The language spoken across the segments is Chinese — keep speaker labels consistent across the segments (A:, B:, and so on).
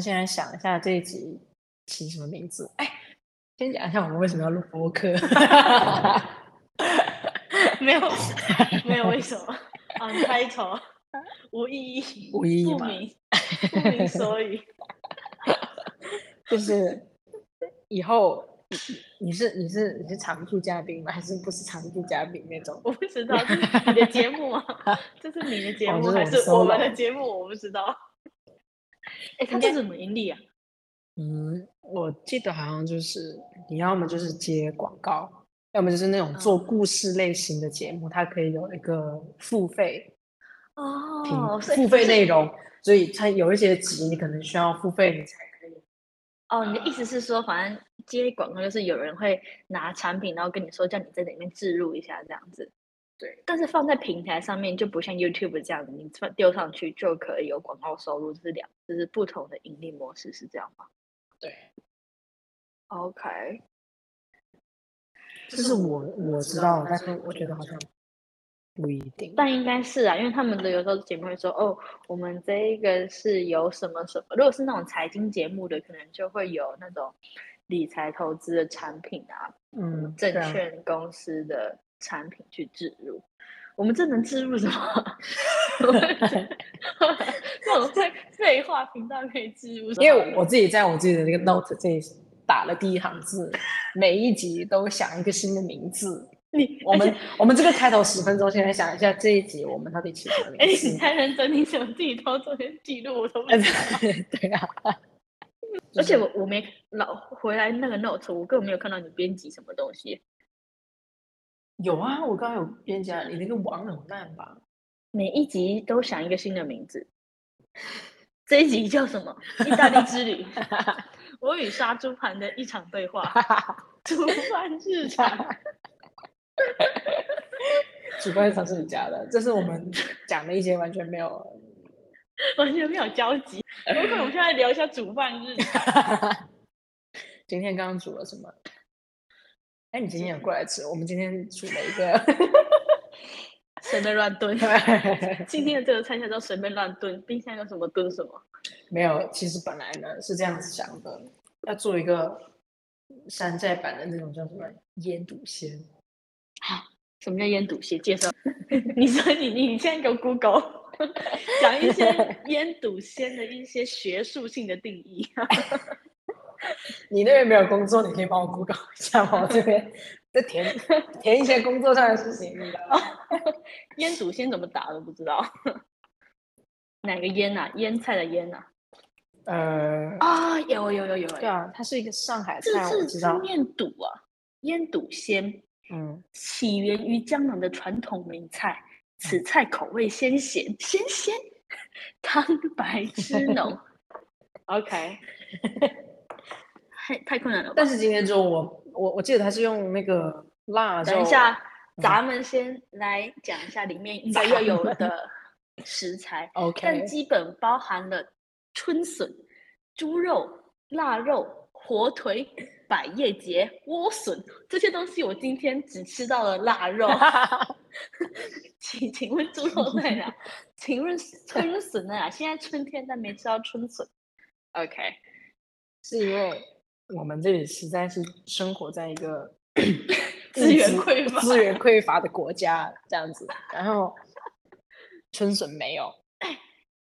A: 先来想一下这一集起什么名字。哎，先讲一下我们为什么要录播客。
B: 没有，
A: 哦
B: 没有，为什么？On title，无意 义，
A: 无意义
B: 不
A: 嘛
B: 明， 不明所以。
A: 就是以后你你是你是你是常驻嘉宾吗？还是不是常驻嘉宾那种？
B: 我不知道，这是你的节目吗？这是你的节
A: 哦
B: 目、
A: 这是
B: 还
A: 我
B: 是
A: 们
B: 我们
A: solo
B: 的节目？我不知道。哎，他
A: 应
B: 这
A: 该
B: 怎么盈利啊？
A: 嗯，我记得好像就是你要么就是接广告，要么就是那种做
B: 嗯
A: 故事类型的节目，它可以有一个付费品
B: 哦，所以
A: 付费
B: 所以
A: 内容，所以它有一些集你可能需要付费你才可以。
B: 哦，你的意思是说，反正接广告就是有人会拿产品，然后跟你说叫你在里面置入一下这样子。
A: 对，
B: 但是放在平台上面就不像 YouTube 这样，你放丢上去就可以有广告收入，这是两，这是不同的盈利模式，是这样吗
A: 对，
B: ？OK，
A: 这是我我知道的，但是我觉得好像不一定。
B: 但应该是啊，因为他们的有时候节目会说，哦，我们这一个是有什么什么，如果是那种财经节目的，可能就会有那种理财投资的产品啊，
A: 嗯，
B: 证
A: 对啊
B: 券公司的产品去置入。我们这能置入什么？ 这种废废话频道可以置入什么？
A: 因为我自己在我自己的那个 note 这里打了第一行字，每一集都想一个新的名字。
B: 你
A: 我们我们这个开头十分钟，现在想一下这一集我们到底起什么
B: 哎，
A: 名
B: 你
A: 字？呃
B: 太认真，你怎么自己偷昨天记录我都不知道？
A: 对啊，
B: 哎而且我我没老回来那个 note，我根本没有看到你编辑什么东西。
A: 有啊，我刚刚有编辑啊，你那个网很烂吧？
B: 每一集都想一个新的名字。这一集叫什么？意大利之旅， 我与杀猪盘的一场对话， 煮饭日常。
A: 主观上是你家的，这是我们讲的一些完全没有。
B: 完全没有交集。有可能我们现在聊一下煮饭日常
A: 今天刚刚煮了什么？哎，你今天有过来吃？我们今天煮了一个
B: 随便乱炖。 今天的这个餐叫做随便乱炖，冰箱有什么炖什么。
A: 没有，其实本来呢是这样子想的，要做一个山寨版的那种叫什么腌笃鲜。
B: 什么叫腌笃鲜？介绍。 你说你你现在给我 Google 讲一 些腌笃鲜的一些学术性的定义。
A: 你那边没有工作，你可以帮我 Google 一下吗？我这 边在填填一些工作上的事情，你知道吗？
B: 腌笃鲜怎么打都不知道。 哪个腌啊？腌菜的腌啊？
A: 呃，
B: 啊、有有有有
A: 对
B: 有，
A: 啊，它是一个上海
B: 这
A: 菜，我
B: 是
A: 知
B: 是
A: 道。
B: 面笃啊，腌笃鲜。
A: 嗯，
B: 起源于江南的传统名菜，此菜口味鲜咸，鲜鲜，汤白汁浓。OK，太太困难了吧
A: 但？是今天就我我我记得它是用那个辣椒。
B: 等一下，咱们先来讲一下里面应该要有的 食材，但
A: ，OK，
B: 基本包含了春笋、猪肉、腊肉、火腿、百叶结、莴笋这些东西。我今天只吃到了腊肉。请请问猪肉在哪？请问春笋在哪？啊现在春天但没吃到春笋。OK，
A: 是因为我们这里实在是生活在一 个
B: 资
A: 物
B: 源匮乏
A: 资源匮乏的国家这样子，然后春笋没有，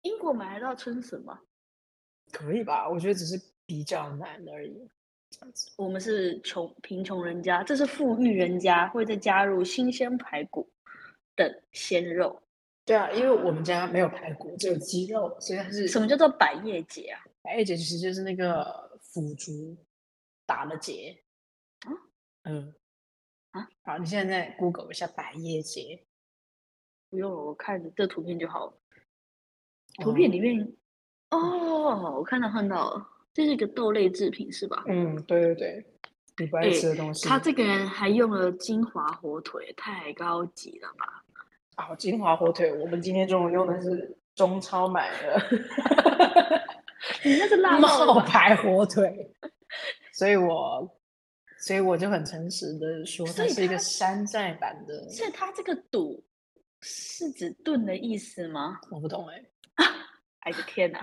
B: 英国买得到春笋吗？
A: 可以吧？我觉得只是比较难而已。这样子，
B: 我们是穷贫穷人家，这是富裕人家会再加入新鲜排骨等鲜肉。
A: 对啊，因为我们家没有排骨，只有鸡肉，所以它是
B: 什么叫做百叶结啊？
A: 白叶结其实就是那个腐竹打了结。
B: 啊
A: 嗯，
B: 啊，
A: 好，你现在 Google 一下白叶结
B: 不用了，我看这图片就好了。图片
A: 嗯
B: 里面，哦，我看到看到了，这是一个豆类制品是吧？
A: 嗯，对对对，你不爱
B: 哎
A: 吃的东西。
B: 他这个人还用了金华火腿，太高级了吧？
A: 啊，金华火腿，我们今天中午用的是中超买 的
B: 你那是辣爆了
A: 冒
B: 吧
A: 牌火 腿，所以我，所以我就很诚实的说，
B: 所
A: 它
B: 以
A: 是一个
B: 它
A: 山寨版的，
B: 所以它这个“肚”是指炖的意思吗？
A: 我不懂哎、
B: 哎的天 呐！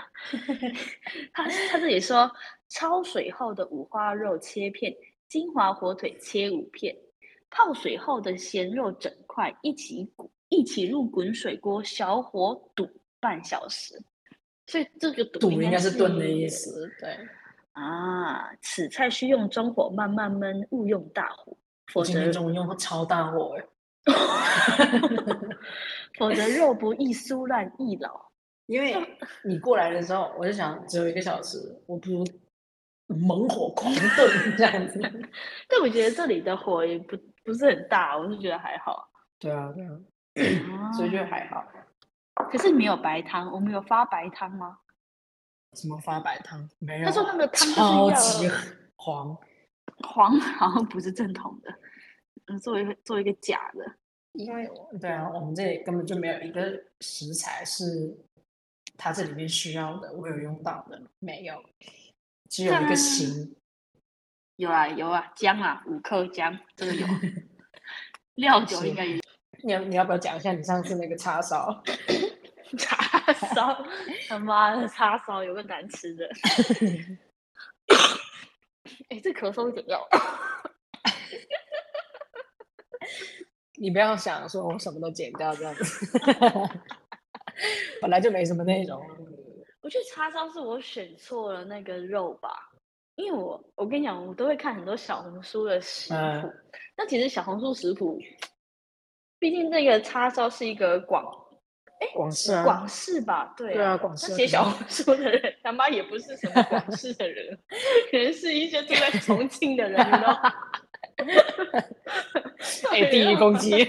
B: 他他这里说，焯水后的五花肉切片，金华火腿切五片，泡水后的咸肉整块一起滚一起入滚水锅，小火煮半小时。所以这个
A: 煮
B: 煮
A: 应该
B: 是
A: 是炖的意思，对，
B: 啊。此菜需用中火慢慢焖，勿用大火，否
A: 我今
B: 则
A: 天中午 用超大火哎，
B: 否则肉不易酥烂易老。
A: 因为你过来的时候，我就想只有一个小时，我不如猛火狂炖 这样子。
B: 但我觉得这里的火也不不是很大，我是觉得还好。
A: 对啊，对啊，所以就还好。
B: 哦可是没有白汤，我们有发白汤吗？
A: 什么发白汤没有？啊
B: 他说那个汤
A: 超
B: 就是
A: 级
B: 要
A: 黄，
B: 黄， 好像不是正统的，嗯，作为一个作为一个假的，
A: 因为对啊，我们这里根本就没有一个食材是它这里面需要的，我有用到的没有，只有一
B: 这
A: 个
B: 样
A: 形。
B: 有啊有啊，姜啊，五克姜，这个有， 料酒应该也
A: 你要你要不要讲一下你上次那个叉烧？
B: 叉烧，他妈的叉烧有个难吃 的，哎，这咳嗽怎么样？
A: 你不要想说我什么都剪掉这样子， 本来就没什么内容。
B: 我觉得叉烧是我选错了那个肉吧，因为我我跟你讲，我都会看很多小红书的食谱。
A: 嗯
B: 那其实小红书食谱，毕竟这个叉烧是一个广
A: 广式啊，
B: 广式吧，对
A: 对啊，广式
B: 那
A: 啊
B: 写
A: 肯
B: 小
A: 定
B: 红书的人他妈也不是什么广式的人，可能是一些住在重庆的人，你知道吗？
A: 哎，地域攻 击。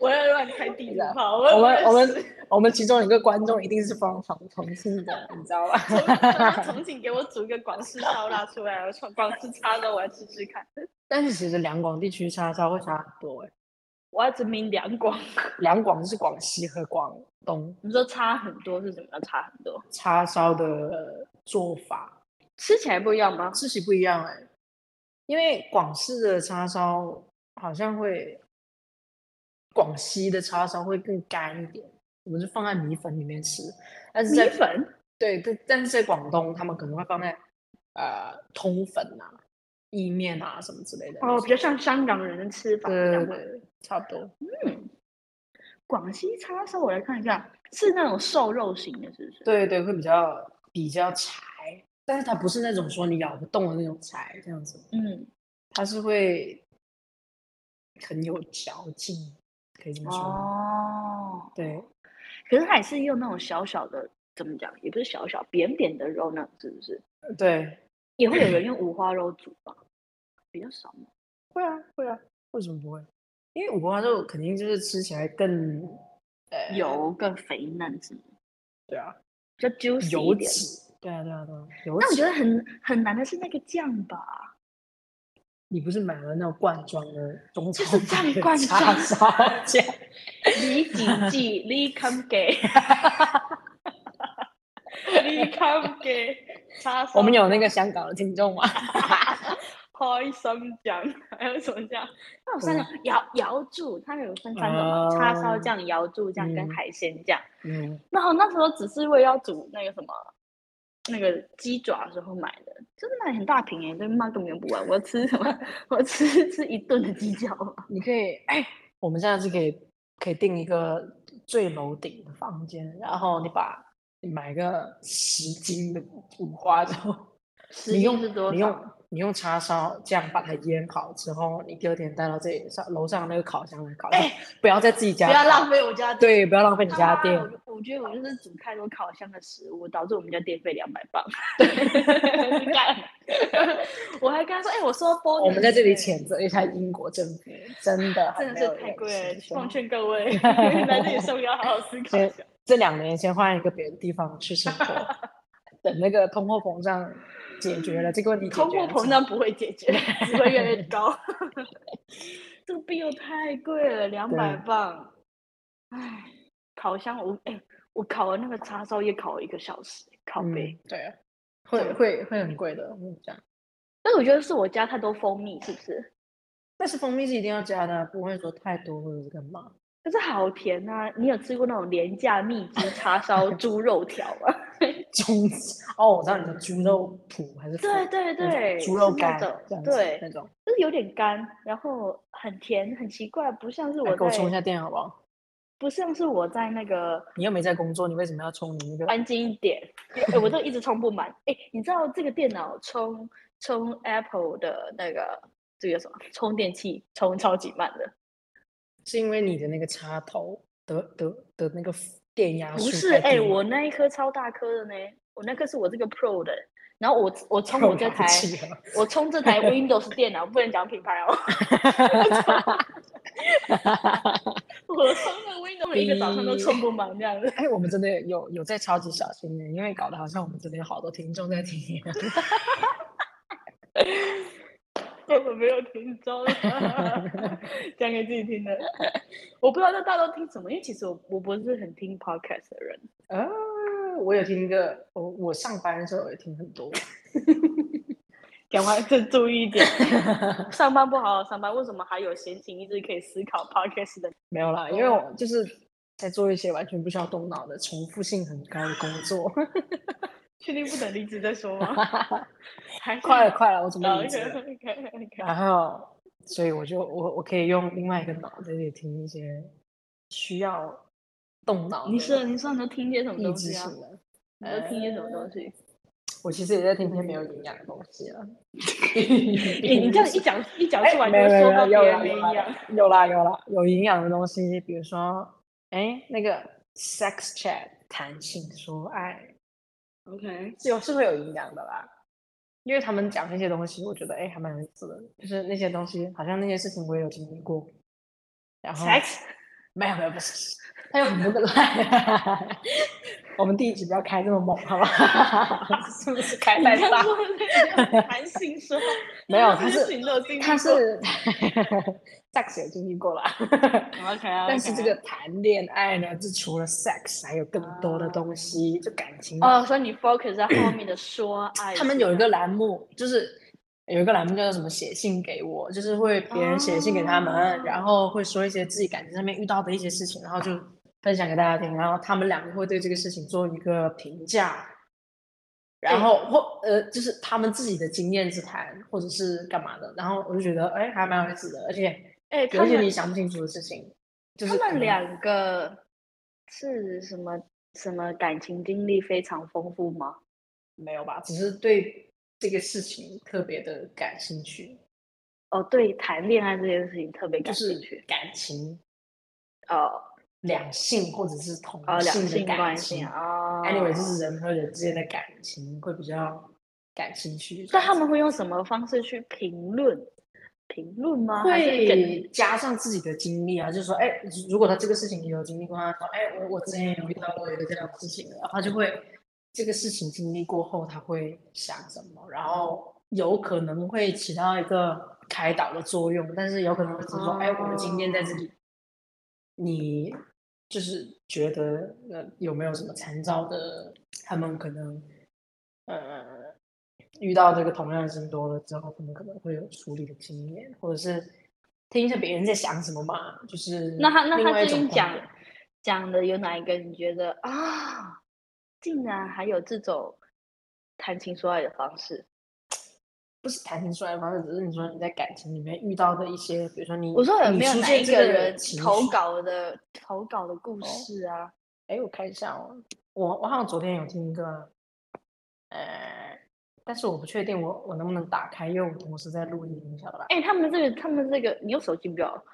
B: 我要乱开地图
A: 的
B: 炮。
A: 啊我
B: 我
A: 们
B: 也
A: 我
B: 不认
A: 们
B: 识
A: 我们其中一个观众一定是方重重庆的，你知道吧？
B: 重重重庆给我煮一个广式烧腊出来，我广式叉烧我要吃吃看。
A: 但是其实两广地区叉烧会差很多哎、
B: 我要殖民两广。
A: 两广是广西和广东
B: 你说差很多是怎么样差很多？
A: 叉烧的做法
B: 吃起来不一样吗？
A: 自己不一样哎、因为广式的叉烧好像会，广西的叉烧会更干一点，我们就放在米粉里面吃，但是
B: 米
A: 在
B: 粉
A: 对，但但是在广东他们可能会放在呃通粉啊、意面啊什么之类的
B: 哦，比
A: 对
B: 较像香港人的吃法这
A: 对
B: 样吗。
A: 对，差不多。
B: 广西叉烧我来看一下，是那种瘦肉型的，是不是？
A: 对对，会比较比较柴，但是它不是那种说你咬不动的那种柴，这样子，
B: 嗯，
A: 它是会很有嚼劲，可以这么说吗。
B: 哦，
A: 对，
B: 可是它也是用那种小小的，怎么讲？也不是小小，扁扁的肉呢，是不是？
A: 对，
B: 也会有人用五花肉煮吧？ 比较少嘛。
A: 会啊会啊，为什么不会？因为五花肉肯定就是吃起来更呃，
B: 油更肥嫩是吗？
A: 对啊，
B: 比较 juicy
A: 油
B: 一点。
A: 脂，对啊对啊对啊，油
B: 但我
A: 脂。
B: 觉得很很难的是那个酱吧，
A: 你不是买了那种罐装的中
B: 就
A: 超
B: 是这样
A: 买的
B: 罐
A: 叉
B: 装
A: 烧酱？
B: 你谨记，你看给，你看给，叉烧
A: 我们有那个香港的听众吗？
B: 开心酱，还有什么酱？那有三
A: 嗯
B: 种瑶瑶柱，它有分三种嘛，叉烧
A: 哦
B: 酱、瑶柱酱跟
A: 嗯
B: 海鲜酱。
A: 嗯，
B: 然后那时候只是为了要煮那个什么。那个鸡爪的时候买的，真的买很大瓶哎，这妈根本用不完。我吃什么？ 我吃吃一顿的鸡脚吧。
A: 你可以，哎，我们下次可以可以订一个最楼顶的房间，然后你把你买个十斤的五花肉，
B: 十
A: 你
B: 斤
A: 用
B: 是多
A: 你
B: 少？
A: 用你用叉烧酱把它腌好之后，你第二天带到这里上楼上那个烤箱来烤，
B: 哎
A: 不要在自己家，
B: 不要浪，啊费我家
A: 对，不要浪费你
B: 他
A: 家
B: 妈的
A: 电
B: 我，就我觉得我就是煮太多烤箱的食物，导致我们家电费两百磅。 干我还跟他说：“哎、我说 b
A: 我们在这里谴责一下英国政府，真的
B: 真的是太贵了，奉
A: 去
B: 劝各位 来这里生活要好好思考一下。
A: 这两年先换一个别的地方去生活，等那个通货膨胀解决了这个问题解决了
B: 通
A: 之
B: 货
A: 后，
B: 膨胀不会解 决，只会越来越高。 这个币又太贵了，两百
A: 对
B: 磅。唉，烤箱我哎、我烤了那个叉烧也烤了一个小时，烤
A: 嗯
B: 杯。
A: 对啊，
B: 这
A: 会
B: 样
A: 会会很贵的，我跟你讲。
B: 但我觉得是我加太多蜂蜜，是不是？
A: 但是蜂蜜是一定要加的啊，不会说太多或者是干嘛。
B: 可是好甜呐、你有吃过那种廉价蜜汁叉烧猪肉条吗？
A: 中哦，我知道你的猪肉脯还是
B: 对
A: 脯
B: 对
A: 那种
B: 对，
A: 猪肉
B: 是那
A: 干
B: 种
A: 这样子
B: 对，
A: 那种。
B: 就是有点干，然后很甜，很奇怪，不像是
A: 来
B: 我
A: 给我充一
B: 在，
A: 下电好不好？
B: 不像是我在那个
A: 你又没在工作，你为什么要充你那个？
B: 安静一点， 哎，我都一直充不满。哎，你知道这个电脑充充 Apple 的那个这个叫什么充电器充超级慢的，
A: 是因为你的那个插头的的的那个啊电压
B: 不
A: 数
B: 是
A: 太
B: 哎，
A: 低
B: 我那一颗超大颗的呢，我那颗是我这个 Pro 的，然后我我充我这台我充这台 Windows 电脑，不能讲品牌 哦，我充那 Windows 一个早上都充不满这样子。
A: 哎，我们真的有有在超级小心的，因为搞得好像我们真的有好多听众在听一 样。
B: 根本没有听众， 讲给自己听的。我不知道那大家都听什么，因为其实我我不是很听 podcast 的人。
A: 啊，我有听一个，我我上班的时候也听很多。
B: 讲话更注意 一点，上班不好好上班，为什么还有闲情逸致可以思考 podcast 的？
A: 没有啦，因为我就是在做一些完全不需要动脑的重复性很高的工 作。
B: 确定不能离职再 说吗？还是
A: 快了，快了，我准备
B: 哦
A: 离职了。
B: ，OK，OK，OK
A: 然后，所以我就我我可以用另外一个脑袋去听一些需要动脑的
B: 你说你说你都听些什么
A: 益
B: 东
A: 智
B: 西啊？
A: 型的。
B: 你都听些什么东西？
A: 我其实也在听一些没有营养的东西 啊。
B: 你
A: 哎你
B: 你这样一 讲一讲出来，
A: 没有
B: 就
A: 没
B: 会
A: 有
B: 说
A: 没
B: 到
A: 有
B: 别
A: 有啦有
B: 人哎没
A: 啦
B: 一样。
A: 有啦有啦有营养的东西，比如说，哎，那个 sex chat 谈性说爱，
B: OK，
A: 是有是会有营养的啦。因为他们讲那些东西，我觉得哎还蛮有意思的，就是那些东西好像那些事情我也有经历过。然后
B: sex
A: 没有没有不是， 他有很多个 line 我们第一集不要开这么猛，好不好？ 是不是开
B: 你
A: 太
B: 刚
A: 大？
B: 说那 个韩信说
A: 没有他
B: 他
A: 是
B: 群都有经历
A: 他
B: 过
A: 是 sex 有经历过啦，
B: 啊 OK，
A: 但是这个谈恋爱呢，是除了 sex 还有更多的东西，就感情。
B: 啊哦，所以你 focus 在后面的说爱，
A: 他们有一个栏目，就是有一个栏目叫做什么“写信给我”，就是会别人写信给他们，
B: 哦
A: 然后会说一些自己感情上面遇到的一些事情，然后就分享给大家听，然后他们两个会对这个事情做一个评价，然后或呃，就是他们自己的经验之谈，或者是干嘛的，然后我就觉得哎，还蛮有意思的，而且
B: 哎，
A: 有
B: 他
A: 一些你
B: 们
A: 想不清楚的事情，就是
B: 他
A: 可
B: 们
A: 能
B: 两个是什么什么感情经历非常丰富吗？
A: 没有吧，只是对这个事情特别的感兴趣，
B: 哦，对，谈恋爱这件事情特别
A: 就
B: 感
A: 是
B: 兴趣。
A: 感情。
B: 哦
A: 两性或者是同
B: 哦，两
A: 性的
B: 性
A: 感
B: 关系
A: 情。
B: 啊。哦
A: anyway，就是人和人之间的感情会比较感兴趣。
B: 那他们会用什么方式去评论？评论吗？还是
A: 会嗯
B: 跟
A: 加上自己的经历啊，就是说，哎，如果他这个事情也有经历过，他说，哎，我我之前也有遇到过一个这样的事情，然后他就会这个事情经历过后，他会想什么，然后有可能会起到一个开导的作用，但是有可能会只是说，哎，我的经验在这里，你就是觉得呃有没有什么参照的，他们可能
B: 嗯
A: 呃遇到这个同样的事情多了之后，他们可能会有处理的经验，或者是听一下别人在想什么嘛，就是
B: 那他那
A: 另
B: 他
A: 外一
B: 最
A: 种
B: 近
A: 观
B: 讲
A: 点
B: 讲的有哪一个你觉得啊，竟然还有这种谈情说爱的方式？
A: 嗯不是谈情说爱的方式，只是你说你在感情里面遇到的一些，比如说你
B: 我说有
A: 你
B: 没有
A: 出
B: 哪
A: 现
B: 一
A: 这
B: 个人
A: 情
B: 投
A: 绪
B: 稿的投稿的故
A: 哦
B: 事啊？
A: 哎，我看一下哦，我我好像昨天有听一个，呃，但是我不确定我我能不能打开，因为我同时在录音，你晓得吧？
B: 哎、他们这个他们这个，你用手机不要，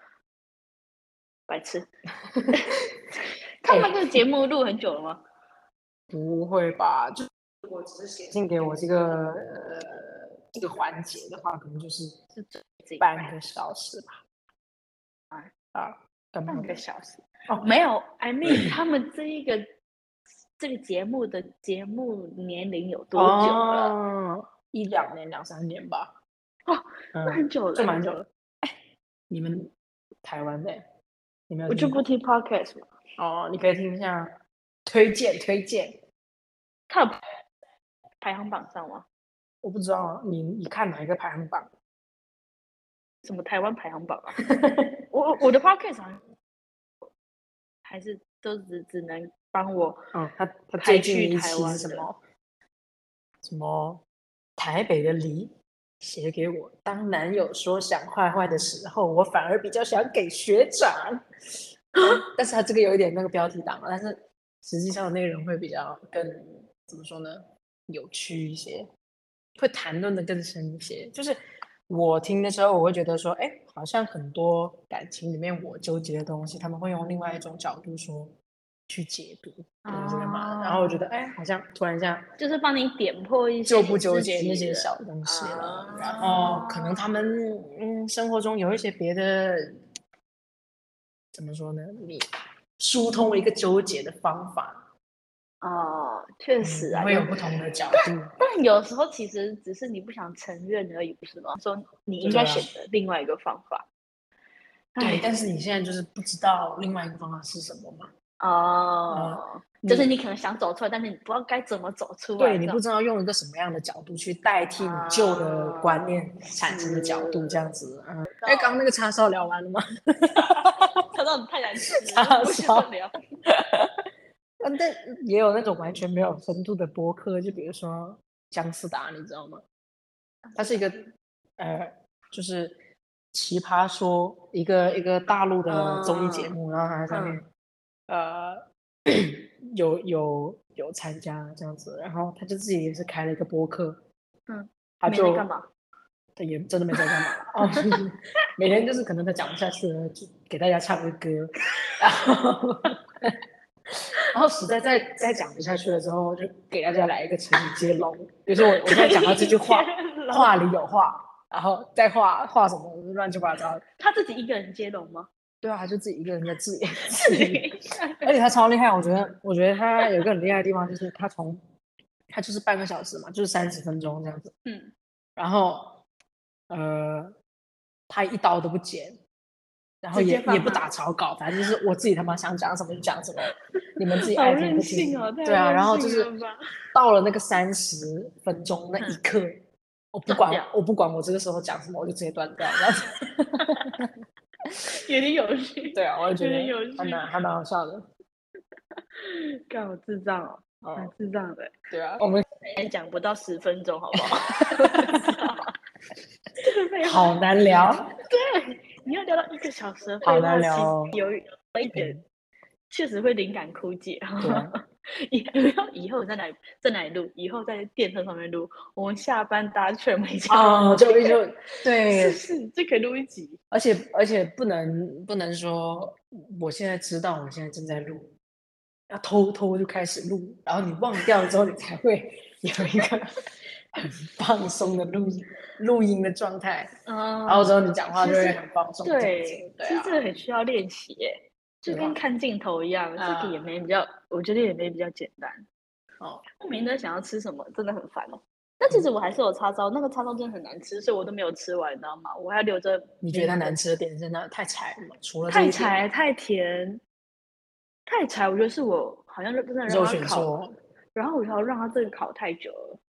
B: 白痴。他
A: 哎
B: 们这个节目录很久了吗？
A: 不会吧？就我只是写信给我这个呃这个环节的话，可能就是
B: 是这这一
A: 半个小时吧。
B: 啊
A: 啊，干嘛
B: 半
A: 的
B: 个小时
A: 哦
B: 没有 ，I mean 他们这一个这个节目的节目年龄有多久了？
A: 哦一两年、两三年吧。
B: 哦，那哎
A: 嗯，
B: 很久了，
A: 这蛮久了。哎你们台湾的，你们有
B: 我就
A: 听
B: 不听 podcast 了。
A: 哦，你可以听一下，推荐推荐。
B: 它有排行榜上吗？
A: 我不知道啊你你看哪一个排行榜？
B: 什么台湾排行榜啊？我我的 podcast 好像还是都只只能帮我
A: 嗯，他他
B: 排
A: 最近
B: 去
A: 一
B: 台
A: 期
B: 湾
A: 是什
B: 的
A: 么？什么台北的梨写给我，当男友说想坏坏的时候，我反而比较想给学长。但但是他这个有一点那个标题党了，但是实际上的内容会比较更怎么说呢？有趣一些，会谈论的更深一些。就是我听的时候，我会觉得说，哎，好像很多感情里面我纠结的东西，他们会用另外一种角度说去解读，或者是干嘛的。然后我觉得，哎，好像突然一下
B: 就是帮你点破一些
A: 就不
B: 你
A: 纠
B: 自
A: 结那
B: 己
A: 些
B: 的啊
A: 小东西了。然后可能他们嗯生活中有一些别的，怎么说呢？你疏通一个纠结的方法，
B: 哦，确实啊，
A: 会嗯
B: 有
A: 有不同的角度。
B: 但有时候其实只是你不想承认而已，不是吗？说你应
A: 对
B: 该
A: 啊
B: 选择另外一个方法。
A: 对
B: 唉，
A: 但是你现在就是不知道另外一个方法是什么嘛？
B: 哦，就是
A: 嗯你
B: 你可能想走出来，但是你不知道该怎么走出来。
A: 对你
B: 这
A: 不
B: 样
A: 知道用一个什么样的角度去代替你旧的
B: 啊
A: 观念产生的角度，这样子。嗯，哎，刚刚那个叉烧聊完了吗？
B: 看到你太难吃
A: 插
B: 了，不是
A: 手
B: 这聊。
A: 嗯，但也有那种完全没有深度的播客，就比如说姜思达，你知道吗？他是一个呃，就是奇葩说一个一个大陆的综艺节
B: 嗯
A: 目，然后他在上面、呃 有有有参加这样子，然后他就自己也是开了一个播客，
B: 嗯，
A: 他
B: 没
A: 就
B: 在干嘛？，
A: 他也真的没在干嘛 哦，每天就是可能他讲不下去了，就给大家唱个歌，然后然后实在再再讲不下去了之后，就给大家来一个成语接龙，比如说我我现在讲到这句话 话里有话，然后再画画什么乱七八糟的，
B: 他自己一个人接龙 吗？
A: 对啊，他就自己一个人在自己自己而且他超厉害，我觉得，我觉得他有一个很厉害的地方，就是他从他就是半个小时嘛，就是三十分钟这样子，
B: 嗯，
A: 然后呃，他一刀都不剪，然后
B: 直接
A: 也
B: 放
A: 也不
B: 吗
A: 打草稿，反正就是我自己他妈想讲什么就讲什么，你们自己
B: 好
A: 爱听
B: 任
A: 不听
B: 性。哦，太
A: 对啊，
B: 任
A: 然后就
B: 性
A: 是
B: 了吧
A: 到了那个三十分钟那一
B: 嗯
A: 刻，我不
B: 断
A: 管
B: 掉
A: 我不管我这个时候讲什么，我就直接断掉，然后
B: 有点有趣。
A: 对啊，我就觉
B: 有点
A: 得
B: 有
A: 还
B: 趣
A: 蛮还蛮好笑的。
B: 干我智障哦，
A: 哦
B: 蛮，智障的。
A: 对啊，我们
B: 哎，讲不到十分钟，好不好？ 这个废 话，
A: 好难 聊。
B: 你要聊到一个小时的废话，
A: 好难聊嗯哦
B: 其实有有一点确实会灵感枯竭。
A: 对啊
B: 以 后以后在哪里在哪里录？以后在电车上面录。我们下班搭券回家，
A: 哦， 就必须
B: 是
A: 对
B: 不，是？这可以录一集。
A: 而且而且不能不能说，我现在知道我现在正在录，要偷偷就开始录，然后你忘掉了之后，你才会有一 个很放松的录音录音的状态，
B: 嗯
A: 然后之后你讲话
B: 其
A: 就会
B: 实
A: 很放松哦这样子。
B: 嗯对，
A: 对
B: 其实
A: 啊
B: 这个很需要练习耶，就
A: 对啊
B: 跟
A: 吧
B: 看镜头一样，这个也
A: 啊
B: 没比较，我觉得也没比较简单。
A: 哦，嗯
B: 我每天都想要吃什么，真的很烦哦。但其实我还是有叉烧，那个叉烧真的很难吃，所以我都没有吃完，你知道吗？我还留着。
A: 你觉得它难吃的点在哪？太柴了吗？除了这
B: 太
A: 一点
B: 柴、太甜、太柴，我觉得是我好像真的让
A: 肉
B: 它
A: 选
B: 烤，
A: 错，
B: 然后我要让它这个烤太久了。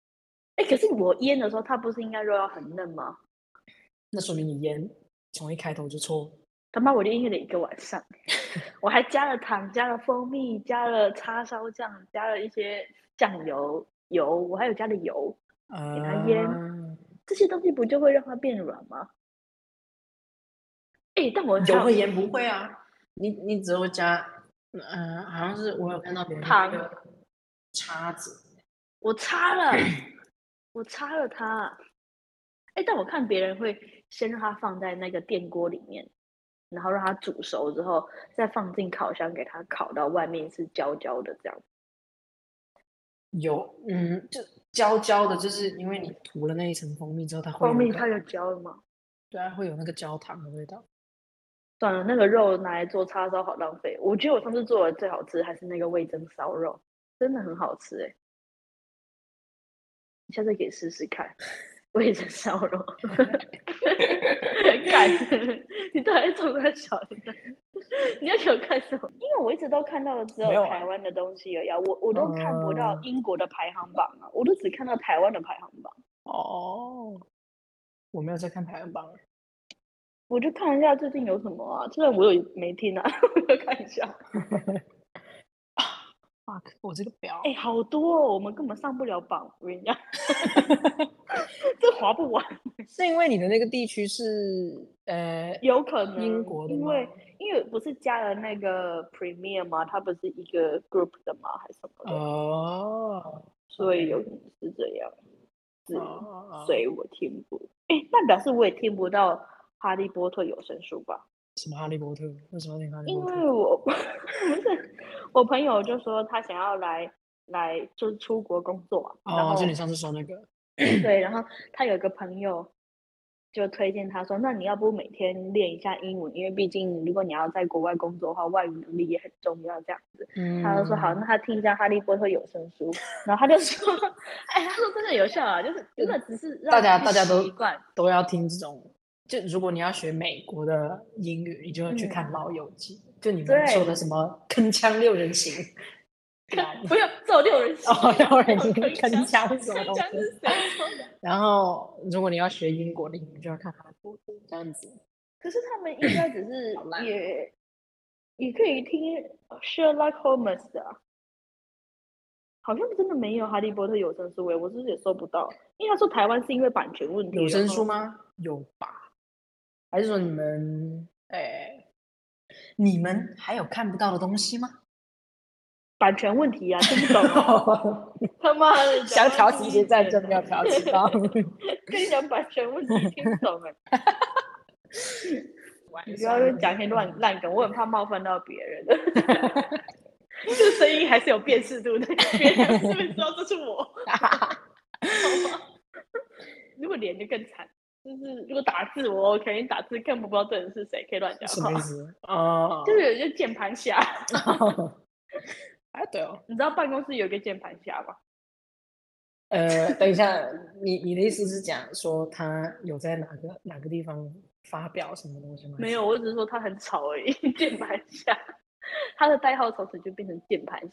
B: 哎，可是我腌的时候，它不是应该肉要很嫩吗？
A: 那说明你腌从一开头就错。
B: 他妈，我就腌了一个晚 上，我还加了糖，加了蜂蜜，加了叉烧酱，加了一些酱油油，我还有加了油，
A: 给
B: 它腌
A: 啊
B: 这些东西不就会让它变软吗？哎，但我
A: 油
B: 加
A: 和盐不会啊，你你只会加，嗯、呃，好像是我有看到别人有
B: 糖
A: 一个叉子，
B: 我擦了，我擦了它。哎，但我看别人会先让它放在那个电锅里面，然后让它煮熟之后，再放进烤箱给它烤到外面是焦焦的这样。
A: 有，嗯，就焦焦的，就是因为你涂了那一层蜂蜜之后，它会
B: 蜂
A: 有
B: 蜜
A: 那个
B: 它有焦了吗？
A: 对啊，会有那个焦糖的味道。
B: 算了，那个肉拿来做叉烧好浪费。我觉得我上次做的最好吃还是那个味增烧肉，真的很好吃哎、你下次可以试试 看味增烧肉。干，你到底在做多小的？ 你要给我看什么？因为我一直都看到的只有
A: 没有啊
B: 台湾的东西而已啊，我我都看不到
A: 嗯
B: 英国的排行榜啊，我都只看到台湾的排行榜。
A: 哦，我没有在看排行榜，
B: 我就看一下最近有什么啊，虽然我有没听啊， 我就看一下。
A: fuck，我这个表
B: 哎、好多哦，我们根本上不了榜，我跟你讲， 这划不完，
A: 哎是因为你的那个地区是呃
B: 有可能
A: 英国的
B: 因
A: 吗
B: 为因为不是加了那个 Premier 吗？它不是一个 group 的吗？还是什
A: 呃
B: 么的？
A: 哦，
B: 所以有可能是这样，是，
A: 哦
B: 所以我听不。哎、那表示我也听不到《哈利波特》有声书吧？
A: 什么哈利波特？为什么要听哈利
B: 因
A: 波特？哦
B: 为我 不是我朋友就说他想要来来就是出国工作啊嘛，然
A: 哦，就
B: 后
A: 你上次说那个，
B: 对，然后他有一个朋友就推荐他说，那你要不每天练一下英文，因为毕竟如果你要在国外工作的话，外语能力也很重要。这样子，
A: 嗯，
B: 他就说好，那他听一下《哈利波特》有声书，然后他就说， 哎，他说真的有效啊，就是真的只是
A: 大
B: 让
A: 家
B: 你
A: 大家都
B: 习惯，
A: 都要听这种。就如果你要学美国的英语，你就要去看《
B: 嗯
A: 老友记》，就你
B: 对
A: 们说的什么“铿锵六人 行”， 干
B: 不用揍六人行，
A: 哦，六 人行
B: 铿
A: 铿
B: 锵
A: 锵是什么
B: 铿
A: 东
B: 锵
A: 西？
B: 是谁说的？
A: 然后，如果你要学英国的英语，就要看哈利波特这样子。
B: 可是他们
A: 嗯
B: 应该只是
A: 好烂
B: 也也可以听呃 Sherlock Holmes 的、啊，好像真的没有《哈利波特》有声书诶，我就是也搜不到，因为他说台湾是因为版权问题。哦
A: 有
B: 然
A: 声书
B: 后？
A: 吗？有吧？还是说你们，哎，你们还有看不到的东西吗？
B: 版权问题啊，听不懂啊、 他妈的，
A: 想
B: 讲
A: 挑
B: 话
A: 起
B: 第
A: 一
B: 一
A: 些战
B: 人
A: 争，没有
B: 啊
A: 挑起到。
B: 跟你讲版权问题，听不懂哎、你不要讲一些乱烂梗，我很怕冒犯到别人。 这个声音还是有辨识度的，别人是不是知道这是我？ 如果脸就更惨，就是如果打字我 OK，打字更不知道这人是谁，可以乱
A: 什
B: 讲
A: 么意
B: 话。
A: 思？ 哦，
B: 就是有一些键盘侠，
A: 哎，对哦，
B: 你知道办公室有一个键盘侠吗？
A: 呃，等一下，你你的意思是讲说他有在哪个哪个地方发表什么东西吗？
B: 没有，我 只是说他很吵而已。键盘侠，他的代号从此就变成键盘侠。